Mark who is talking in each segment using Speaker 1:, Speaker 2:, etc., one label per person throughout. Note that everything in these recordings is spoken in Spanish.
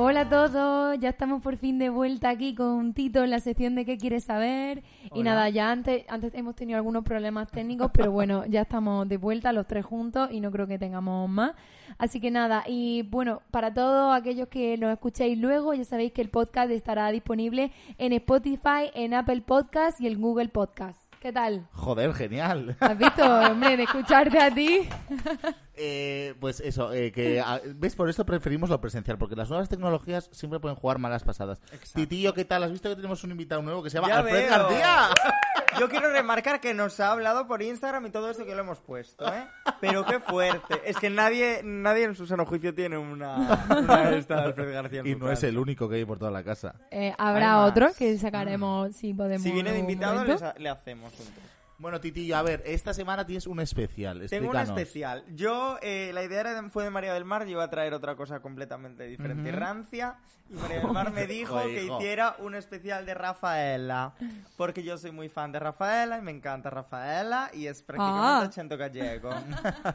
Speaker 1: Hola a todos, ya estamos por fin de vuelta aquí con Tito en la sección de qué quieres saber. Y
Speaker 2: Hola.
Speaker 1: nada, ya antes, antes hemos tenido algunos problemas técnicos, pero bueno, ya estamos de vuelta los tres juntos y no creo que tengamos más. Así que nada, y bueno, para todos aquellos que nos escuchéis luego, ya sabéis que el podcast estará disponible en Spotify, en Apple Podcast y en Google Podcast. ¿Qué tal?
Speaker 2: Joder, genial.
Speaker 1: ¿Has visto, hombre, de escucharte a ti?
Speaker 2: Eh, pues eso, eh, que a- ves, por esto preferimos lo presencial, porque las nuevas tecnologías siempre pueden jugar malas pasadas. Titillo, ¿qué tal? ¿Has visto que tenemos un invitado nuevo que se llama
Speaker 3: Ya
Speaker 2: Alfred
Speaker 3: veo.
Speaker 2: García?
Speaker 3: Yo quiero remarcar que nos ha hablado por Instagram y todo esto que lo hemos puesto, ¿eh? Pero qué fuerte. Es que nadie, nadie en su sano juicio tiene una, una esta de Alfred García. en
Speaker 2: Y
Speaker 3: su
Speaker 2: no es
Speaker 3: casa.
Speaker 2: el único que hay por toda la casa.
Speaker 1: Eh, habrá
Speaker 3: Hay
Speaker 1: otro
Speaker 3: más.
Speaker 1: que sacaremos si podemos.
Speaker 3: Si viene de
Speaker 1: en algún
Speaker 3: invitado,
Speaker 1: momento.
Speaker 3: les ha- le hacemos juntos.
Speaker 2: Bueno, Titillo, a ver, esta semana tienes un especial.
Speaker 3: Tengo un
Speaker 2: explícanos.
Speaker 3: especial. Yo, eh, la idea era de- fue de María del Mar, yo iba a traer otra cosa completamente diferente y rancia. Y María del Mar me dijo
Speaker 2: Joder,
Speaker 3: que
Speaker 2: hijo.
Speaker 3: hiciera un especial de Rafaela. Porque yo soy muy fan de Rafaela y me encanta Rafaela y es
Speaker 1: Ah.
Speaker 3: prácticamente Chento gallego.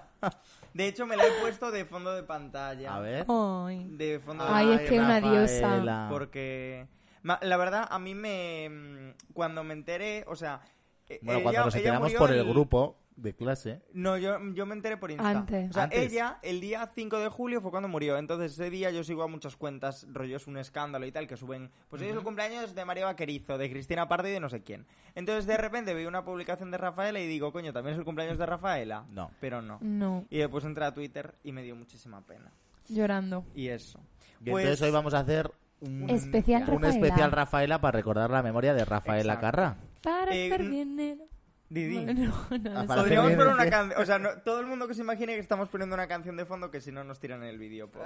Speaker 3: De hecho, me la he puesto de fondo de pantalla.
Speaker 2: A ver.
Speaker 1: Ay.
Speaker 3: De fondo de
Speaker 1: Ay, es
Speaker 3: pantalla.
Speaker 1: que una
Speaker 2: Rafaela.
Speaker 1: diosa.
Speaker 3: Porque ma- la verdad, a mí me. mm, Cuando me enteré, o sea. eh,
Speaker 2: Bueno,
Speaker 3: ella-
Speaker 2: cuando nos
Speaker 3: ella
Speaker 2: enteramos
Speaker 3: murió
Speaker 2: por el
Speaker 3: el-
Speaker 2: grupo de clase,
Speaker 3: no, yo, yo me enteré por Insta.
Speaker 1: Antes.
Speaker 3: O sea,
Speaker 2: Antes.
Speaker 3: ella, el día 5 de julio fue cuando murió. Entonces, ese día yo sigo a muchas cuentas, rollos un escándalo y tal, que suben. Pues hoy es el cumpleaños de María Vaquerizo, de Cristina Pardo y de no sé quién. Entonces, de repente veo una publicación de Rafaela y digo, coño, también es el cumpleaños de Rafaela.
Speaker 2: No.
Speaker 3: Pero no.
Speaker 1: No,
Speaker 3: Y después entré a Twitter y me dio muchísima pena.
Speaker 1: llorando.
Speaker 3: Y eso. Pues,
Speaker 2: Y entonces hoy vamos a hacer un
Speaker 1: Especial
Speaker 2: un
Speaker 1: Rafaela.
Speaker 2: especial Rafaela para recordar la memoria de Rafaela
Speaker 3: Exacto.
Speaker 2: Carrá.
Speaker 1: Para
Speaker 3: Eh,
Speaker 1: estar
Speaker 3: n-
Speaker 1: bien nena.
Speaker 3: Didi.
Speaker 1: No, no, no
Speaker 2: Ah,
Speaker 1: sé.
Speaker 2: para
Speaker 3: Podríamos
Speaker 2: hacer-
Speaker 3: poner una canción. O sea, no- todo el mundo que se imagine que estamos poniendo una canción de fondo que si no nos tiran el vídeo por,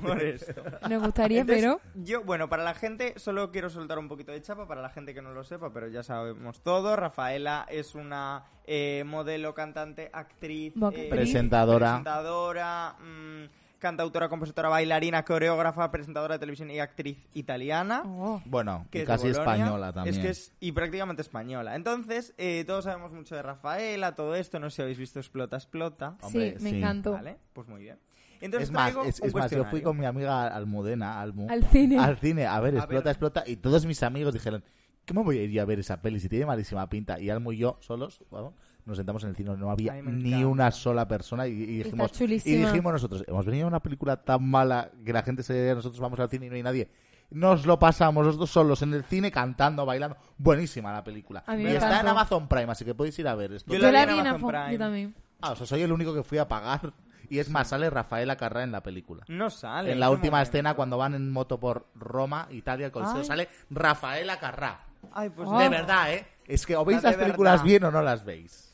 Speaker 3: por esto.
Speaker 1: Nos gustaría,
Speaker 3: Entonces,
Speaker 1: pero
Speaker 3: Yo, bueno, para la gente, solo quiero soltar un poquito de chapa para la gente que no lo sepa, pero ya sabemos todo. Rafaela es una eh, modelo, cantante, actriz,
Speaker 1: Vocatriz.
Speaker 3: eh,
Speaker 2: Presentadora.
Speaker 3: presentadora, mm, cantautora, compositora, bailarina, coreógrafa, presentadora de televisión y actriz italiana
Speaker 1: oh,
Speaker 2: Bueno, y
Speaker 3: que es
Speaker 2: casi
Speaker 3: de Bolonia.
Speaker 2: española también.
Speaker 3: Es que es, y prácticamente española. Entonces, eh, todos sabemos mucho de Rafaela, todo esto, no sé si habéis visto Explota, Explota.
Speaker 2: hombre,
Speaker 1: sí, me
Speaker 2: sí.
Speaker 1: encantó.
Speaker 3: Vale, pues muy bien. Entonces
Speaker 2: Es más,
Speaker 3: traigo
Speaker 2: es,
Speaker 3: un
Speaker 2: es más, yo fui
Speaker 3: cuestionario.
Speaker 2: con mi amiga Almudena, Almu,
Speaker 1: Al cine.
Speaker 2: al cine, a ver,
Speaker 3: A
Speaker 2: explota,
Speaker 3: ver.
Speaker 2: explota, y todos mis amigos dijeron, ¿cómo voy a ir yo a ver esa peli si tiene malísima pinta? Y Almu y yo, solos, vamos, nos sentamos en el cine, no había
Speaker 3: Ay, me
Speaker 2: ni
Speaker 3: encanta.
Speaker 2: una sola persona, y, y
Speaker 1: Está
Speaker 2: dijimos, y
Speaker 1: chulísima.
Speaker 2: dijimos nosotros, hemos venido a una película tan mala que la gente se nosotros vamos al cine y no hay nadie. Nos lo pasamos los dos solos en el cine cantando, bailando. Buenísima la película.
Speaker 1: A mí
Speaker 2: Y
Speaker 1: me
Speaker 2: está en
Speaker 1: encantó.
Speaker 2: Amazon Prime, así que podéis ir a ver. Explota,
Speaker 3: Yo
Speaker 1: Yo,
Speaker 3: la
Speaker 1: la
Speaker 3: vi en
Speaker 1: vi en
Speaker 3: Amazon
Speaker 1: Amazon,
Speaker 3: Prime.
Speaker 1: yo también.
Speaker 2: Ah, o sea, soy el único que fui a pagar. Y es más, sale Rafaela Carrá en la película.
Speaker 3: No sale.
Speaker 2: en la
Speaker 3: qué
Speaker 2: última
Speaker 3: momento.
Speaker 2: escena, cuando van en moto por Roma, Italia, el Coliseo,
Speaker 1: Ay.
Speaker 2: sale Rafaela Carrá.
Speaker 3: Ay, pues
Speaker 1: Oh.
Speaker 2: De verdad, ¿eh? Es que o veis
Speaker 3: La
Speaker 2: las
Speaker 3: de
Speaker 2: películas
Speaker 3: verdad.
Speaker 2: bien o no las veis.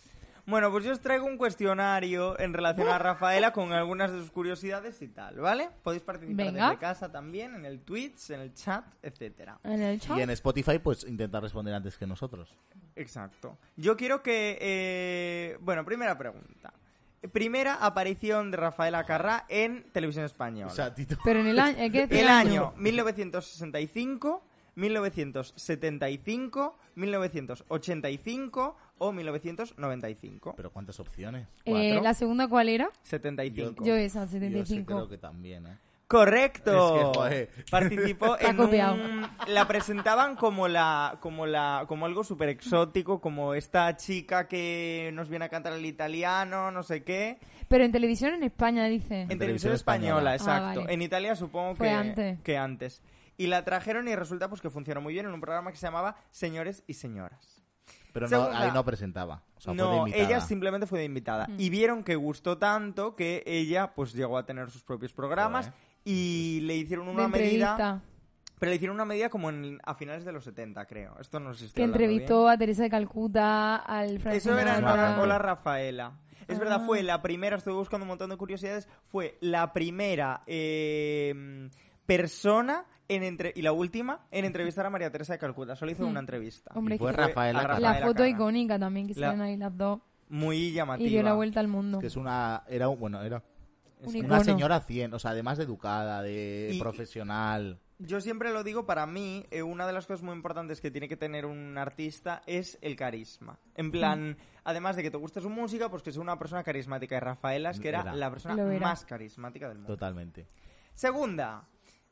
Speaker 3: Bueno, pues yo os traigo un cuestionario en relación
Speaker 1: Uh.
Speaker 3: a Rafaela con algunas de sus curiosidades y tal, ¿vale? Podéis participar
Speaker 1: Venga.
Speaker 3: desde casa también, en el Twitch, en el chat, etcétera.
Speaker 1: En el chat.
Speaker 2: Y en Spotify, pues intentar responder antes que nosotros.
Speaker 3: Exacto. Yo quiero que... eh, Bueno, primera pregunta. Primera aparición de Rafaela Carrá en televisión española.
Speaker 2: O sea, Tito.
Speaker 1: Pero en el año, ¿eh? ¿qué
Speaker 3: El año 1965, 1975, 1985 o 1995.
Speaker 2: Pero cuántas opciones.
Speaker 1: Eh,
Speaker 3: cuatro.
Speaker 1: ¿La segunda cuál era?
Speaker 3: 75.
Speaker 1: Yo esa,
Speaker 2: Yo sí
Speaker 1: 75.
Speaker 2: creo que también, ¿eh? Es que,
Speaker 3: Correcto.
Speaker 2: joder.
Speaker 3: Participó
Speaker 1: Está
Speaker 3: en
Speaker 1: copiado.
Speaker 3: un- la presentaban como la como la como algo súper exótico, como esta chica que nos viene a cantar el italiano, no sé qué.
Speaker 1: Pero en televisión en España, dice.
Speaker 3: En televisión
Speaker 2: española.
Speaker 3: española, exacto.
Speaker 1: Ah, vale.
Speaker 3: En Italia supongo
Speaker 1: Fue
Speaker 3: que
Speaker 1: antes.
Speaker 3: que antes. Y la trajeron y resulta pues que funcionó muy bien en un programa que se llamaba Señores y señoras.
Speaker 2: Pero no,
Speaker 3: Segunda.
Speaker 2: ahí no presentaba. O sea, fue de
Speaker 3: No,
Speaker 2: invitada.
Speaker 3: ella simplemente fue de invitada.
Speaker 1: Mm.
Speaker 3: Y vieron que gustó tanto que ella pues llegó a tener sus propios programas
Speaker 2: Joder.
Speaker 3: y le hicieron
Speaker 1: De
Speaker 3: una medida.
Speaker 1: entrevista.
Speaker 3: Pero le hicieron una medida como en- a finales de los 70, creo. Esto no sé si estoy
Speaker 1: Que
Speaker 3: hablando bien.
Speaker 1: entrevistó a Teresa de Calcuta, al Francisco. Ah.
Speaker 3: Eso era en
Speaker 2: Hola,
Speaker 3: Hola,
Speaker 2: Rafaela.
Speaker 3: Rafaela. Es verdad, fue la primera, estuve buscando un montón de curiosidades, fue la primera eh, persona en entre, y la última en entrevistar a María Teresa de Calcuta. Solo hizo
Speaker 1: Mm.
Speaker 3: una entrevista.
Speaker 1: Hombre,
Speaker 2: Y fue
Speaker 1: que-
Speaker 3: Fue
Speaker 2: Rafaela
Speaker 3: a
Speaker 2: Carrà.
Speaker 1: la
Speaker 3: Rafaela
Speaker 1: foto
Speaker 3: Carrà.
Speaker 1: icónica también que
Speaker 3: La-
Speaker 1: salen ahí las dos.
Speaker 3: Muy llamativa.
Speaker 1: Y dio la vuelta al mundo.
Speaker 2: que es una era un- bueno era
Speaker 3: Es
Speaker 1: Un
Speaker 3: que-
Speaker 1: icono.
Speaker 2: una señora 100 o sea además de educada de
Speaker 3: Y-
Speaker 2: profesional
Speaker 3: Yo siempre lo digo, para mí, eh, una de las cosas muy importantes que tiene que tener un artista es el carisma. En plan, además de que te guste su música, pues que sea una persona carismática. Y Rafaela es que era,
Speaker 2: Era.
Speaker 3: la persona
Speaker 1: Lo era.
Speaker 3: más carismática del mundo.
Speaker 2: totalmente
Speaker 3: Segunda,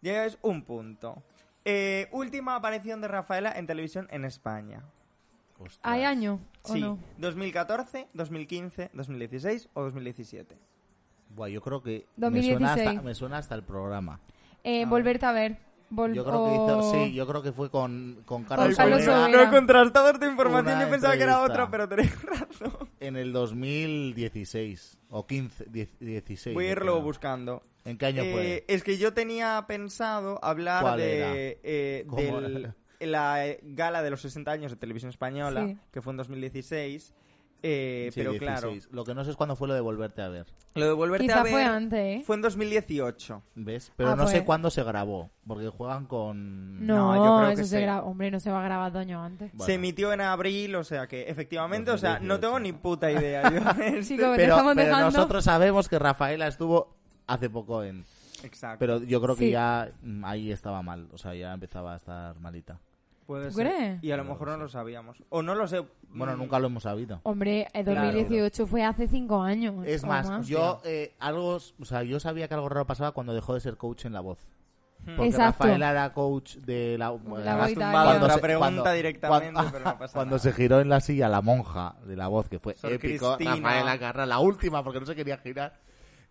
Speaker 3: ya es un punto. Eh, última aparición de Rafaela en televisión en España.
Speaker 2: Ostras.
Speaker 1: ¿Hay año o
Speaker 3: Sí,
Speaker 1: no?
Speaker 3: 2014, 2015, 2016 o 2017.
Speaker 2: Buah, yo creo que Me, suena
Speaker 1: 2016.
Speaker 2: hasta, me suena hasta el programa
Speaker 1: Eh,
Speaker 3: A
Speaker 1: volverte a ver. Vol-
Speaker 2: yo creo que
Speaker 1: o-
Speaker 2: hizo, sí yo creo que fue con con
Speaker 1: Con
Speaker 2: Carlos,
Speaker 1: Carlos
Speaker 2: Sobera
Speaker 1: Sobera.
Speaker 3: no he contrastado esta información,
Speaker 2: Una
Speaker 3: yo pensaba que era
Speaker 2: entrevista.
Speaker 3: otra, pero tenéis razón.
Speaker 2: en el 2016 o 15 diez- 16
Speaker 3: Voy a
Speaker 2: yo
Speaker 3: irlo
Speaker 2: creo.
Speaker 3: buscando.
Speaker 2: en qué año
Speaker 3: Eh,
Speaker 2: fue
Speaker 3: Es que yo tenía pensado hablar
Speaker 2: ¿Cuál
Speaker 3: de eh,
Speaker 2: ¿Cómo
Speaker 3: del-
Speaker 2: era?
Speaker 3: la eh, gala de los 60 años de televisión española,
Speaker 1: Sí.
Speaker 3: que fue en 2016. eh,
Speaker 2: Sí,
Speaker 3: pero claro,
Speaker 2: 16. lo que no sé es cuándo fue lo de volverte a ver
Speaker 3: lo de volverte
Speaker 1: Quizá
Speaker 3: a ver
Speaker 1: fue antes, ¿eh?
Speaker 3: fue en 2018.
Speaker 2: ves pero
Speaker 1: Ah,
Speaker 2: no sé
Speaker 1: pues.
Speaker 2: cuándo se grabó porque juegan con
Speaker 1: No,
Speaker 3: No, yo creo
Speaker 1: eso
Speaker 3: que
Speaker 1: se
Speaker 3: sí.
Speaker 1: graba. Hombre, no se va a grabar dos años antes.
Speaker 2: Bueno.
Speaker 3: Se emitió en abril, o sea que efectivamente, o sea, no
Speaker 2: 2018.
Speaker 3: tengo ni puta idea. yo de esto.
Speaker 1: Chicos, te
Speaker 2: pero,
Speaker 1: estamos
Speaker 2: pero
Speaker 1: dejando.
Speaker 2: nosotros sabemos que Rafaela estuvo hace poco en
Speaker 3: Exacto.
Speaker 2: Pero yo creo que
Speaker 1: Sí.
Speaker 2: ya mm, ahí estaba mal, o sea, ya empezaba a estar malita.
Speaker 3: Puede
Speaker 1: ¿Tú
Speaker 3: ser.
Speaker 1: crees?
Speaker 3: Y a lo
Speaker 2: Yo
Speaker 3: mejor
Speaker 2: creo
Speaker 3: no
Speaker 2: que
Speaker 3: lo sabíamos. O no lo sé.
Speaker 2: Bueno,
Speaker 3: Mm,
Speaker 2: nunca lo hemos sabido.
Speaker 1: Hombre, eh, el
Speaker 3: Claro.
Speaker 1: 2018 fue hace cinco años.
Speaker 2: Es
Speaker 1: o
Speaker 2: más, yo eh, algo, o sea, yo sabía que algo raro pasaba cuando dejó de ser coach en La Voz.
Speaker 3: Hmm.
Speaker 2: Porque
Speaker 1: Exacto.
Speaker 2: Rafael era coach de La,
Speaker 1: La
Speaker 3: Me
Speaker 1: Voz
Speaker 3: has
Speaker 1: Italia.
Speaker 3: tumbado
Speaker 1: Cuando
Speaker 3: otra
Speaker 2: se-
Speaker 3: pregunta
Speaker 2: cuando-
Speaker 3: directamente,
Speaker 2: cuando-
Speaker 3: pero no pasa
Speaker 2: cuando
Speaker 3: nada.
Speaker 2: se giró en la silla la monja de La Voz, que fue
Speaker 3: Sor
Speaker 2: épico,
Speaker 3: Cristina.
Speaker 2: Rafaela Carrà, la última porque no se quería girar.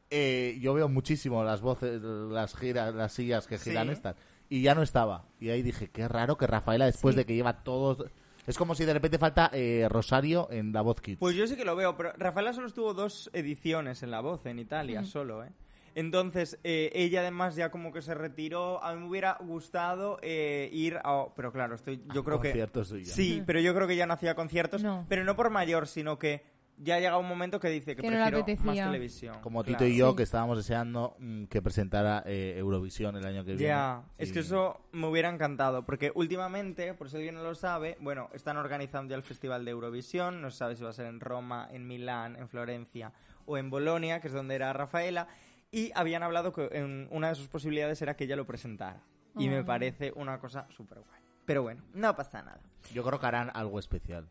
Speaker 2: eh, yo veo muchísimo las voces, las giras, las sillas que giran
Speaker 3: Sí.
Speaker 2: estas. Y ya no estaba. Y ahí dije, qué raro que Rafaela, después de que lleva todos... Es como si de repente falta eh, Rosario en La Voz Kids.
Speaker 3: Pues yo sí que lo veo, pero Rafaela solo estuvo dos ediciones en La Voz, en Italia, solo, ¿eh? Entonces, eh, ella además ya como que se retiró. A mí me hubiera gustado eh, ir a... Pero claro, estoy, yo
Speaker 2: Ah,
Speaker 3: creo que...
Speaker 2: Conciertos suyos.
Speaker 3: Sí, pero yo creo que ya no hacía conciertos.
Speaker 1: No.
Speaker 3: Pero no por mayor, sino que ya llega un momento que dice que,
Speaker 1: Que no le
Speaker 3: prefiero más
Speaker 1: apetecía.
Speaker 3: televisión.
Speaker 2: Como
Speaker 3: claro.
Speaker 2: Tito y yo,
Speaker 1: Sí.
Speaker 2: que estábamos deseando mm, que presentara eh, Eurovisión el año que
Speaker 3: Ya,
Speaker 2: viene.
Speaker 3: es
Speaker 2: Sí.
Speaker 3: que eso me hubiera encantado, porque últimamente, por si alguien no lo sabe, bueno, están organizando ya el Festival de Eurovisión, no se sabe si va a ser en Roma, en Milán, en Florencia o en Bolonia, que es donde era Rafaela, y habían hablado que en una de sus posibilidades era que ella lo presentara. Y me
Speaker 1: Ah.
Speaker 3: parece una cosa súper guay. Pero bueno, no pasa nada.
Speaker 2: Yo creo que harán algo especial.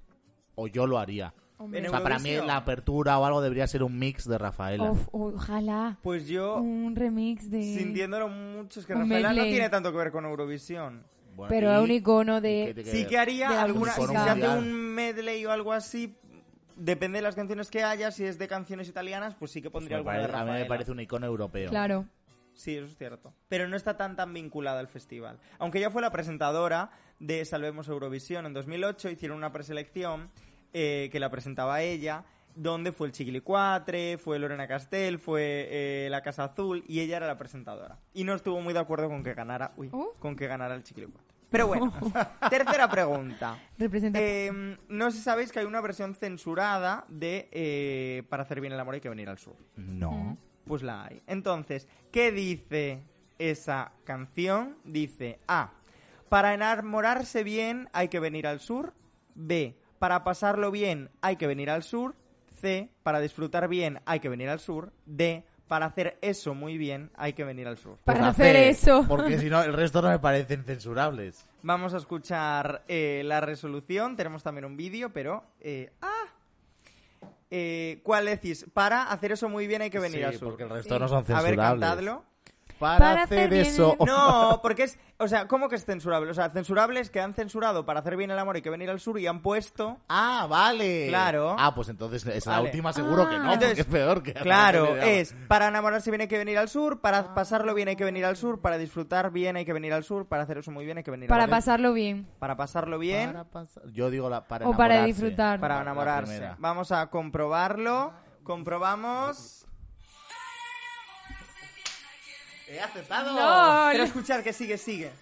Speaker 2: O yo lo haría.
Speaker 1: Hombre.
Speaker 3: En
Speaker 2: O sea, para mí
Speaker 3: Eurovisión.
Speaker 2: la apertura o algo debería ser un mix de Rafaela.
Speaker 1: Of- ojalá.
Speaker 3: Pues yo,
Speaker 1: Un remix de.
Speaker 3: sintiéndolo mucho, es que
Speaker 1: Mm. Un
Speaker 3: Rafaela no
Speaker 1: medley.
Speaker 3: tiene tanto que ver con Eurovisión.
Speaker 2: Bueno,
Speaker 1: Pero
Speaker 2: y-
Speaker 1: es un icono
Speaker 2: y
Speaker 1: de.
Speaker 2: que-
Speaker 3: Sí que haría
Speaker 1: la
Speaker 3: alguna... Si
Speaker 1: música.
Speaker 3: se hace
Speaker 2: Mundial.
Speaker 3: un medley o algo así, depende de las canciones que haya, si es de canciones italianas, pues sí que
Speaker 2: Pues
Speaker 3: pondría
Speaker 2: me
Speaker 3: alguna de
Speaker 2: parece- a mí me
Speaker 3: Rafaela.
Speaker 2: parece un icono europeo.
Speaker 1: Claro.
Speaker 3: Sí, eso es cierto. Pero no está tan tan vinculada al festival. Aunque ella fue la presentadora de Salvemos Eurovisión en 2008, hicieron una preselección eh, que la presentaba ella, donde fue el Chiquilicuatre, fue Lorena Castell, fue eh, la Casa Azul, y ella era la presentadora. Y no estuvo muy de acuerdo con que ganara, uy,
Speaker 1: Uh.
Speaker 3: con que ganara el Chiquilicuatre. Pero bueno, tercera pregunta.
Speaker 1: Representa.
Speaker 3: Eh, no sé si sabéis que hay una versión censurada de eh, Para hacer bien el amor hay que venir al sur.
Speaker 1: Mm.
Speaker 2: No.
Speaker 3: Pues la hay. Entonces, ¿qué dice esa canción? Dice A. Para enamorarse bien hay que venir al sur. B. Para pasarlo bien hay que venir al sur. C. Para disfrutar bien hay que venir al sur. D. Para hacer eso muy bien hay que venir al sur.
Speaker 1: Para hacer eso.
Speaker 2: Porque si no, el resto no me parecen censurables.
Speaker 3: Vamos a escuchar eh, la resolución. Tenemos también un vídeo, pero... eh, ¡Ah! Eh, ¿Cuál decís? Para hacer eso muy bien hay que venir
Speaker 2: Sí,
Speaker 3: al sur.
Speaker 2: porque el resto no son
Speaker 3: A ver,
Speaker 2: censurables. Oh.
Speaker 3: cantadlo.
Speaker 2: Para,
Speaker 1: Para hacer
Speaker 2: hacer
Speaker 1: bien
Speaker 2: eso.
Speaker 1: el-
Speaker 3: No, porque es. O sea, ¿cómo que es censurable? O sea, censurables que han censurado para hacer bien el amor y que venir al sur y han puesto.
Speaker 2: Ah, vale.
Speaker 3: Claro.
Speaker 2: Ah, pues entonces es la
Speaker 3: Vale.
Speaker 2: última seguro
Speaker 1: Ah.
Speaker 2: que no,
Speaker 3: Entonces,
Speaker 2: porque es peor que...
Speaker 3: Claro, es para enamorarse bien hay que venir al sur, para pasarlo bien hay que venir al sur, para disfrutar bien hay que venir al sur, para hacer eso muy bien hay que venir
Speaker 1: Para
Speaker 3: al sur.
Speaker 1: pasarlo bien.
Speaker 3: Para pasarlo bien,
Speaker 2: Para pasar- Yo digo la para
Speaker 1: O para
Speaker 2: enamorarse.
Speaker 1: disfrutar.
Speaker 3: para
Speaker 2: La- la
Speaker 3: enamorarse.
Speaker 2: primera.
Speaker 3: Vamos a comprobarlo. Comprobamos.
Speaker 2: He aceptado.
Speaker 1: No,
Speaker 3: Pero
Speaker 1: no.
Speaker 3: escuchar que sigue, sigue.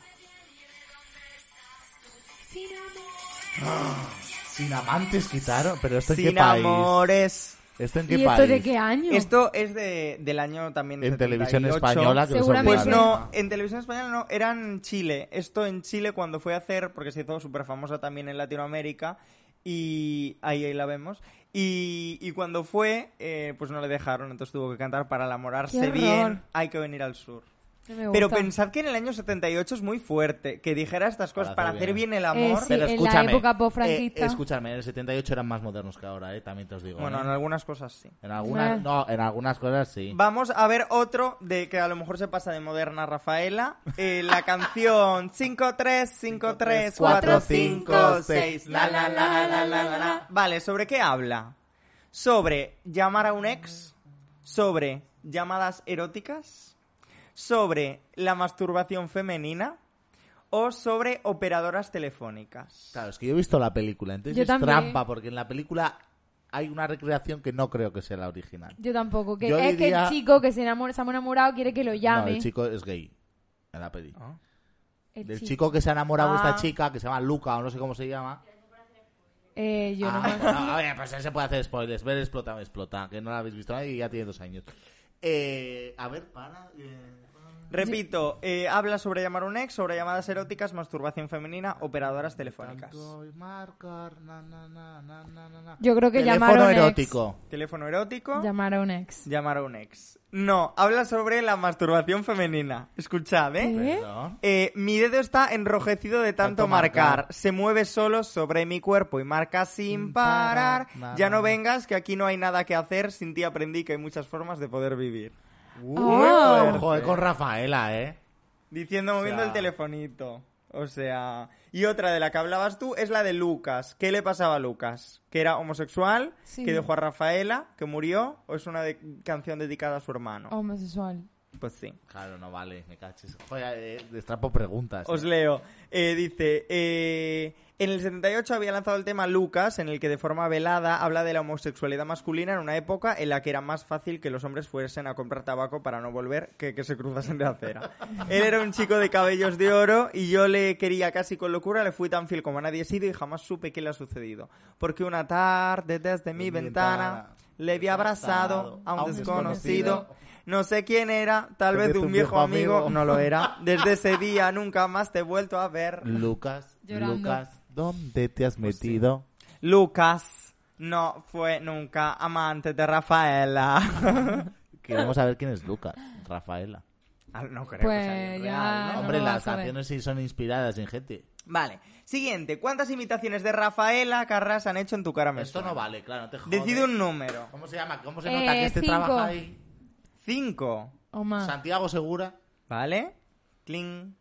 Speaker 2: Sin amantes quitaron, pero esto en
Speaker 3: Sin
Speaker 2: qué país.
Speaker 3: amores.
Speaker 2: ¿Esto en qué
Speaker 1: ¿Y
Speaker 2: país?
Speaker 1: esto de qué año?
Speaker 3: Esto es de, del año también
Speaker 2: En
Speaker 3: 78.
Speaker 2: televisión española, que nos
Speaker 1: Seguramente.
Speaker 3: Pues
Speaker 2: obligaron.
Speaker 3: no, en televisión española no, era en Chile. Esto en Chile cuando fue a hacer, porque se hizo súper famosa también en Latinoamérica, y ahí, ahí la vemos. Y, y cuando fue, eh, pues no le dejaron, entonces tuvo que cantar para
Speaker 1: ¡Qué
Speaker 3: enamorarse
Speaker 1: horror!
Speaker 3: bien, hay que venir al sur.
Speaker 1: No me
Speaker 3: Pero
Speaker 1: gusta.
Speaker 3: pensad que en el año 78 es muy fuerte, que dijera estas cosas para hacer bien, el
Speaker 1: Eh,
Speaker 3: amor.
Speaker 1: sí. en la época posfranquista.
Speaker 2: eh, escúchame, en el 78 eran más modernos que ahora, eh, también te os digo.
Speaker 3: Bueno,
Speaker 2: ¿eh?
Speaker 3: en algunas cosas sí.
Speaker 2: En algunas,
Speaker 1: Eh.
Speaker 2: no, en algunas cosas sí.
Speaker 3: Vamos a ver otro de que a lo mejor se pasa de moderna Rafaela. Eh, la canción 5 3 5 3 4 5 6 la la la la la la la. Vale, ¿sobre qué habla? Sobre llamar a un ex, sobre llamadas eróticas, sobre la masturbación femenina o sobre operadoras telefónicas.
Speaker 2: Claro, es que yo he visto la película, entonces
Speaker 1: Yo
Speaker 2: es
Speaker 1: también.
Speaker 2: trampa, porque en la película hay una recreación que no creo que sea la original.
Speaker 1: Yo tampoco. Que
Speaker 2: Yo
Speaker 1: es que
Speaker 2: diría-
Speaker 1: el chico que se, enamora, se ha enamorado quiere que lo
Speaker 2: No,
Speaker 1: llame.
Speaker 2: el chico es gay. En la peli.
Speaker 1: El
Speaker 2: Del
Speaker 1: chico.
Speaker 2: chico que se ha enamorado de
Speaker 3: Ah.
Speaker 2: esta chica, que se llama Luca o no sé cómo se llama.
Speaker 1: Eh, yo no
Speaker 2: Ah,
Speaker 1: me-
Speaker 2: no, a ver, pues se puede hacer spoilers. Ver explota, me explota. Que no la habéis visto nadie y ya tiene dos años. Eh, a ver, para. eh,
Speaker 3: Repito, eh, habla sobre llamar a un ex, sobre llamadas eróticas, masturbación femenina, operadoras telefónicas.
Speaker 2: Tanto y marcar, na, na, na, na, na, na, na.
Speaker 1: Yo creo que
Speaker 2: Teléfono
Speaker 1: llamaron ex.
Speaker 2: erótico.
Speaker 3: Teléfono erótico.
Speaker 1: Llamar a un ex.
Speaker 3: Llamar a un ex. No, habla sobre la masturbación femenina. Escuchad, ¿eh?
Speaker 1: ¿Eh?
Speaker 2: Perdón.
Speaker 3: Eh, mi dedo está enrojecido de tanto,
Speaker 2: Tanto
Speaker 3: marcar.
Speaker 2: marcar.
Speaker 3: Se mueve solo sobre mi cuerpo y marca sin
Speaker 2: Sin parar.
Speaker 3: parar.
Speaker 2: Na,
Speaker 3: Ya
Speaker 2: na,
Speaker 3: no
Speaker 2: na.
Speaker 3: vengas, que aquí no hay nada que hacer. Sin ti aprendí que hay muchas formas de poder vivir.
Speaker 1: Oh.
Speaker 3: fuerte.
Speaker 2: Joder, con Rafaela, eh.
Speaker 3: Diciendo, moviendo
Speaker 2: sea-
Speaker 3: el telefonito. O sea. Y otra de la que hablabas tú es la de Lucas. ¿Qué le pasaba a Lucas? Que era homosexual,
Speaker 1: Sí.
Speaker 3: que dejó a Rafaela, que murió, o es una de- canción dedicada a su hermano.
Speaker 1: Oh. Homosexual.
Speaker 3: Pues sí.
Speaker 2: Claro, no vale, me caches. Joder, eh, destrapo preguntas.
Speaker 3: Os
Speaker 2: eh.
Speaker 3: leo. Eh, dice, eh, en el 78 había lanzado el tema Lucas, en el que de forma velada habla de la homosexualidad masculina en una época en la que era más fácil que los hombres fuesen a comprar tabaco para no volver que que se cruzasen de acera. Él era un chico de cabellos de oro y yo le quería casi con locura, le fui tan fiel como a nadie he sido y jamás supe qué le ha sucedido. Porque una tarde desde mi
Speaker 2: mi
Speaker 3: ventana,
Speaker 2: ventana,
Speaker 3: le había abrazado a un desconocido.
Speaker 2: desconocido.
Speaker 3: No sé quién era, tal vez un viejo amigo,
Speaker 2: amigo.
Speaker 3: no lo era. Desde ese día nunca más te he vuelto a ver.
Speaker 2: Lucas,
Speaker 1: Llorando.
Speaker 2: Lucas, ¿dónde te has metido?
Speaker 3: Lucas no fue nunca amante de Rafaela.
Speaker 2: Queremos saber quién es Lucas, Rafaela.
Speaker 3: Ah, no creo
Speaker 1: Pues
Speaker 3: que sea bien
Speaker 1: ya
Speaker 3: real, ¿no?
Speaker 1: no.
Speaker 2: Hombre,
Speaker 1: lo
Speaker 2: las
Speaker 1: vas a ver.
Speaker 2: canciones sí son inspiradas en gente.
Speaker 3: Vale, siguiente. ¿Cuántas imitaciones de Rafaela Carras han hecho en tu cara? me
Speaker 2: Esto
Speaker 3: suena?
Speaker 2: no vale, claro, no te jodas.
Speaker 3: Decide un número.
Speaker 2: ¿Cómo se llama? ¿Cómo se
Speaker 1: Eh,
Speaker 2: nota que este
Speaker 1: cinco. Ah.
Speaker 2: trabaja ahí?
Speaker 3: Cinco.
Speaker 1: O más.
Speaker 2: Santiago Segura.
Speaker 3: ¿Vale? Cling.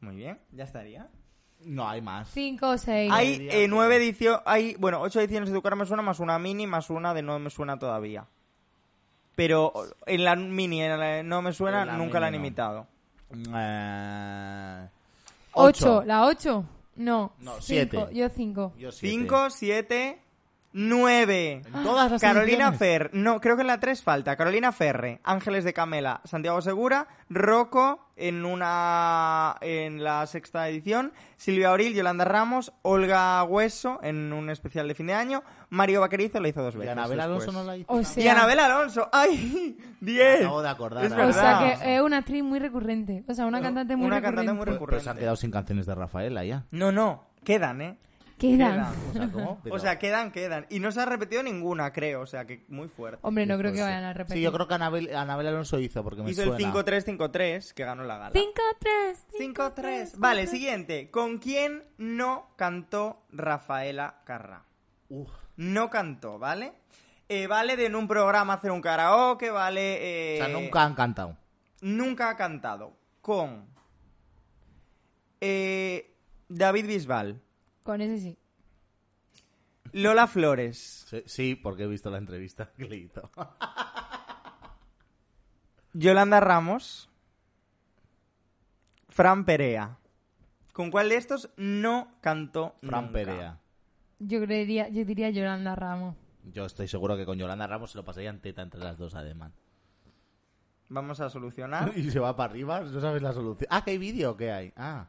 Speaker 3: Muy bien, ya estaría.
Speaker 2: No, hay más.
Speaker 1: Cinco o seis.
Speaker 3: Hay
Speaker 2: diría
Speaker 3: eh,
Speaker 2: que-
Speaker 3: nueve ediciones, hay, bueno, ocho ediciones de Tu cara me suena, más una mini, más una de No me suena todavía. Pero en la mini, en la de No me suena,
Speaker 2: En la
Speaker 3: nunca la han
Speaker 2: mini no.
Speaker 3: imitado.
Speaker 2: Eh,
Speaker 1: ocho. ¿La ocho? No.
Speaker 2: No,
Speaker 1: Cinco.
Speaker 2: siete.
Speaker 1: Yo cinco.
Speaker 2: Yo siete.
Speaker 3: Cinco, Ah. siete, nueve.
Speaker 2: En todas las
Speaker 3: Carolina
Speaker 2: ediciones.
Speaker 3: Fer, no, creo que en la tres falta. Carolina Ferre, Ángeles de Camela, Santiago Segura, Rocco en una en la sexta edición, Silvia Oril, Yolanda Ramos, Olga Hueso en un especial de fin de año, Mario Vaquerizo la hizo dos
Speaker 2: Y
Speaker 3: veces.
Speaker 2: Anabel
Speaker 3: después.
Speaker 2: Alonso no la hizo. Pues
Speaker 1: O sea,
Speaker 3: Y Anabel Alonso, ¡ay!
Speaker 2: Me
Speaker 3: ¡Diez!
Speaker 2: Acabo de acordar.
Speaker 3: Es
Speaker 2: ahora.
Speaker 1: o sea
Speaker 3: verdad.
Speaker 1: que eh, es una actriz muy recurrente. O sea, una cantante muy
Speaker 3: Una
Speaker 1: recurrente.
Speaker 3: cantante muy
Speaker 2: Pero- pero se han
Speaker 3: recurrente.
Speaker 2: quedado sin canciones de Rafaela ya.
Speaker 3: No, no, quedan, ¿eh?
Speaker 1: Quedan.
Speaker 2: O sea, ¿cómo? Pero-
Speaker 3: O sea, quedan, quedan. Y no se ha repetido ninguna, creo, o sea que muy fuerte.
Speaker 1: Hombre, no creo que
Speaker 2: Pues sí.
Speaker 1: vayan a repetir.
Speaker 2: Sí, yo creo que Anabel, Anabel Alonso hizo, porque me
Speaker 3: Hizo el
Speaker 2: suena.
Speaker 3: 5-3-5-3, que ganó la gala.
Speaker 1: Cinco, tres. cinco,
Speaker 3: 5-3. Vale, siguiente. ¿Con quién no cantó Rafaela Carrá?
Speaker 2: Uf.
Speaker 3: No cantó, ¿vale? Eh, vale de en un programa hacer un karaoke, vale...
Speaker 2: O
Speaker 3: eh,
Speaker 2: sea, nunca han cantado.
Speaker 3: nunca ha cantado. Con... eh, David Bisbal,
Speaker 1: Con ese sí.
Speaker 3: Lola Flores,
Speaker 2: Sí, sí, porque he visto la entrevista que le hizo.
Speaker 3: Yolanda Ramos, Fran Perea. ¿Con cuál de estos no cantó
Speaker 2: Fran
Speaker 3: nunca?
Speaker 2: Perea.
Speaker 1: Yo creería, yo diría Yolanda Ramos.
Speaker 2: Yo estoy seguro que con Yolanda Ramos se lo pasarían teta entre las dos, además.
Speaker 3: Vamos a solucionar.
Speaker 2: Y se va para arriba, no sabes la solución. Ah, que hay vídeo, ¿qué hay? Ah.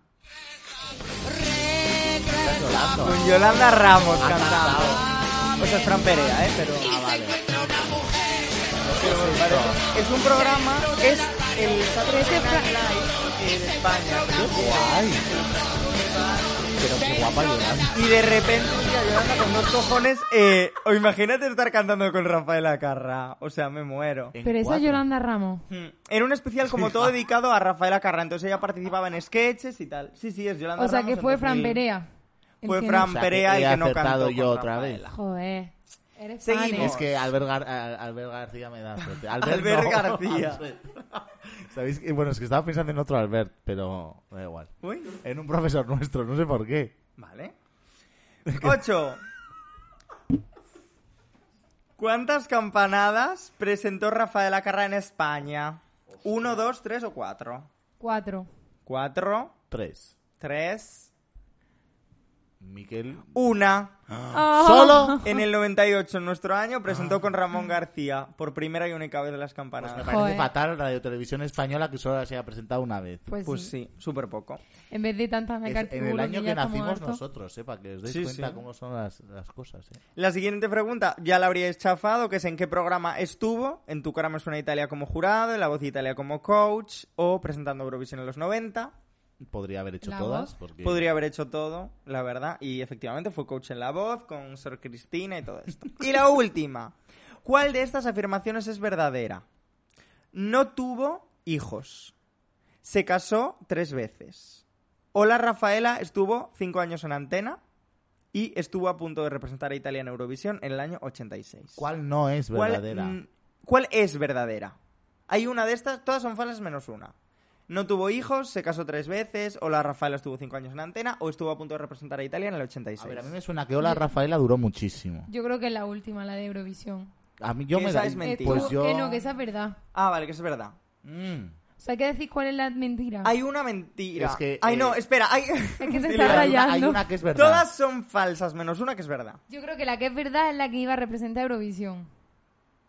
Speaker 2: Está llorando.
Speaker 3: Con Yolanda Ramos
Speaker 2: Ha
Speaker 3: cantando.
Speaker 2: cantado.
Speaker 3: Eso es Fran Perea, ¿eh? Pero...
Speaker 2: Ah, vale.
Speaker 3: Es un programa, es el Saturday Night Live de España.
Speaker 2: Guay. Pero qué guapa Yolanda.
Speaker 3: Y de repente, mira, Yolanda con dos cojones, eh, o imagínate estar cantando con Rafael Acarra. O sea, me muero.
Speaker 2: En
Speaker 1: Pero esa
Speaker 2: cuatro.
Speaker 1: Yolanda Ramos.
Speaker 3: Mm. Era un especial como todo dedicado a Rafael Acarra, entonces ella participaba en sketches y tal. Sí, sí, es Yolanda
Speaker 1: O sea,
Speaker 3: Ramos
Speaker 1: que
Speaker 3: en
Speaker 1: fue Fran
Speaker 3: 2000.
Speaker 1: Perea.
Speaker 3: Fue
Speaker 1: Entiendo.
Speaker 3: Fran
Speaker 2: O sea, que
Speaker 3: Perea
Speaker 2: he
Speaker 3: el que no
Speaker 2: acertado
Speaker 3: cantó
Speaker 2: yo
Speaker 3: con
Speaker 2: otra
Speaker 3: Rafaela.
Speaker 1: Joder. Eres
Speaker 3: Seguimos.
Speaker 1: fan, ¿eh?
Speaker 2: Es que Albert, Gar- Al- Albert García me da suerte. Albert,
Speaker 3: Albert
Speaker 2: no.
Speaker 3: García.
Speaker 2: ¿Sabéis? que- Bueno, es que estaba pensando en otro Albert, pero da igual.
Speaker 3: Uy,
Speaker 2: En un profesor nuestro, no sé por qué.
Speaker 3: vale. Ocho. ¿Cuántas campanadas presentó Rafael Acarra en España? ¿Uno, dos, tres o cuatro?
Speaker 1: Cuatro.
Speaker 3: Cuatro,
Speaker 2: Tres.
Speaker 3: tres,
Speaker 2: Miquel.
Speaker 3: una.
Speaker 1: Oh.
Speaker 2: ¿Solo?
Speaker 3: En el 98, en nuestro año, presentó con Ramón García por primera y única vez
Speaker 2: Pues
Speaker 3: las
Speaker 2: Me
Speaker 3: campanadas.
Speaker 2: parece
Speaker 1: Joder.
Speaker 2: fatal la de televisión española que solo se ha presentado una vez.
Speaker 1: Pues,
Speaker 3: Pues
Speaker 1: sí.
Speaker 3: sí, súper poco.
Speaker 1: En vez de tantas
Speaker 2: Es
Speaker 1: mecánicas.
Speaker 2: en el año que nacimos nosotros, sepa que os deis
Speaker 3: Sí,
Speaker 2: cuenta
Speaker 3: sí.
Speaker 2: cómo son las, las cosas. eh.
Speaker 3: La siguiente pregunta, ya la habríais chafado, que es en qué programa estuvo, en Tu cara me suena Italia como jurado, en La voz de Italia como coach o presentando Eurovisión en los 90.
Speaker 2: Podría haber hecho
Speaker 1: La
Speaker 2: todas.
Speaker 1: voz.
Speaker 2: Porque...
Speaker 3: Podría haber hecho todo, la verdad, y efectivamente fue coach en La voz con Sor Cristina y todo esto. Y la última, ¿cuál de estas afirmaciones es verdadera? No tuvo hijos. Se casó tres veces. Hola Rafaela estuvo cinco años en antena y estuvo a punto de representar a Italia en Eurovisión en el año 86.
Speaker 2: ¿Cuál no es
Speaker 3: ¿Cuál,
Speaker 2: verdadera?
Speaker 3: mm, ¿Cuál es verdadera? Hay una de estas, todas son falsas menos una. No tuvo hijos, se casó tres veces, o la Rafaela estuvo cinco años en antena, o estuvo a punto de representar a Italia en el 86.
Speaker 2: A ver, a mí me suena que Hola Rafaela duró muchísimo.
Speaker 1: Yo creo que es la última, la de Eurovisión.
Speaker 2: A mí yo
Speaker 3: Que
Speaker 2: me
Speaker 3: esa
Speaker 2: da...
Speaker 3: es mentira.
Speaker 2: Pues
Speaker 1: Estuvo-
Speaker 2: yo...
Speaker 1: Que no, que esa es verdad.
Speaker 3: Ah, vale, que eso es verdad.
Speaker 2: Mm.
Speaker 1: O sea, hay que decir cuál es la mentira.
Speaker 3: Hay una mentira.
Speaker 2: Es que,
Speaker 3: Ay,
Speaker 2: eh,
Speaker 3: no, espera. Hay...
Speaker 1: que te
Speaker 3: Sí,
Speaker 1: está
Speaker 3: la-
Speaker 2: Hay, una, hay
Speaker 1: rayando.
Speaker 2: una que es verdad.
Speaker 3: Todas son falsas menos una que es verdad.
Speaker 1: Yo creo que la que es verdad es la que iba a representar Eurovisión.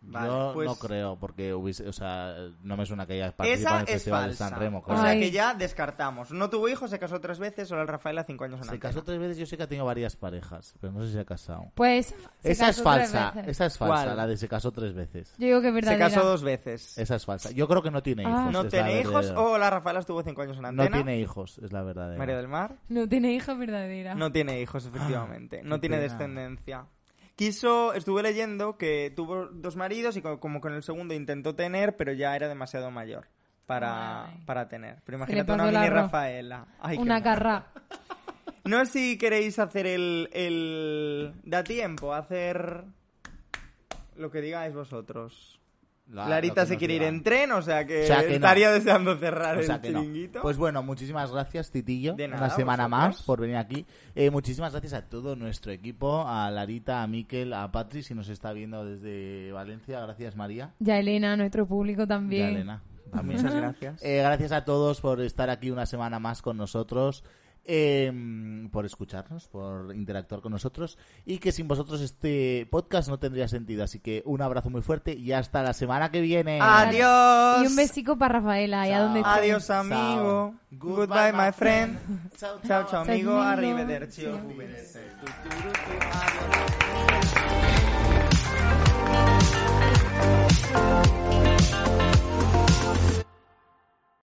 Speaker 3: Vale,
Speaker 2: yo
Speaker 3: pues-
Speaker 2: no creo, porque hubiese, o sea, no me suena que haya participado en
Speaker 3: Esa
Speaker 2: el
Speaker 3: es
Speaker 2: Festival
Speaker 3: falsa.
Speaker 2: de San Remo.
Speaker 3: o
Speaker 2: claro.
Speaker 3: sea
Speaker 1: Ay.
Speaker 3: que ya descartamos. No tuvo hijos, se casó tres veces, o la Rafaela cinco años en
Speaker 2: Se
Speaker 3: antena.
Speaker 2: casó tres veces, yo sé que ha tenido varias parejas, pero no sé si se ha casado.
Speaker 1: Pues. se
Speaker 2: esa es
Speaker 1: casó tres
Speaker 2: falsa,
Speaker 1: veces.
Speaker 2: esa es falsa,
Speaker 3: ¿Cuál?
Speaker 2: la de se casó tres veces.
Speaker 1: Yo digo que es
Speaker 3: Se
Speaker 1: verdadera.
Speaker 3: casó dos veces.
Speaker 2: Esa es falsa. Yo creo que no tiene
Speaker 1: Ah.
Speaker 2: hijos.
Speaker 3: No
Speaker 2: es la
Speaker 3: tiene hijos,
Speaker 2: verdadera.
Speaker 3: o la Rafaela estuvo cinco años en
Speaker 2: No
Speaker 3: antena.
Speaker 2: tiene hijos, es la verdadera.
Speaker 3: María del Mar.
Speaker 1: No tiene hija verdadera.
Speaker 3: No tiene hijos, efectivamente. No
Speaker 2: Ah, qué
Speaker 3: tiene
Speaker 2: pena.
Speaker 3: descendencia. Quiso, estuve leyendo que tuvo dos maridos y co- como con el segundo intentó tener, pero ya era demasiado mayor para,
Speaker 1: Ay.
Speaker 3: para tener. Pero
Speaker 1: Se le
Speaker 3: imagínate
Speaker 1: pasó
Speaker 3: una
Speaker 1: la
Speaker 3: mini
Speaker 1: ro-
Speaker 3: Rafaela. Ay, qué
Speaker 1: una
Speaker 3: mal.
Speaker 1: carra.
Speaker 3: No sé si queréis hacer el, el... Da tiempo a hacer lo que digáis vosotros.
Speaker 2: La- Ah, lo
Speaker 3: Larita
Speaker 2: que
Speaker 3: se
Speaker 2: nos
Speaker 3: quiere ir
Speaker 2: digan.
Speaker 3: en tren, o sea que,
Speaker 2: O sea que no.
Speaker 3: estaría deseando cerrar
Speaker 2: O sea
Speaker 3: el
Speaker 2: que no.
Speaker 3: chiringuito.
Speaker 2: Pues bueno, muchísimas gracias, Titillo.
Speaker 3: De nada,
Speaker 2: una semana
Speaker 3: vosotros.
Speaker 2: más por venir aquí. Eh, muchísimas gracias a todo nuestro equipo, a Larita, a Miquel, a Patri, si nos está viendo desde Valencia. Gracias, María.
Speaker 1: Ya Elena, nuestro público
Speaker 2: Y a
Speaker 1: también.
Speaker 2: Elena. También.
Speaker 3: Muchas gracias.
Speaker 2: Eh, ah, gracias a todos por estar aquí una semana más con nosotros, em, por escucharnos, por interactuar con nosotros y que sin vosotros este podcast no tendría sentido. Así que un abrazo muy fuerte y hasta la semana que viene.
Speaker 3: Adiós.
Speaker 1: Y un besico para Rafaela, allá donde esté.
Speaker 3: Adiós, amigo. Goodbye, my friend.
Speaker 2: Chao,
Speaker 3: Chao, chao, amigo.
Speaker 1: Chao, amigo.
Speaker 3: Arrivederci.
Speaker 1: Sí.
Speaker 3: Adiós.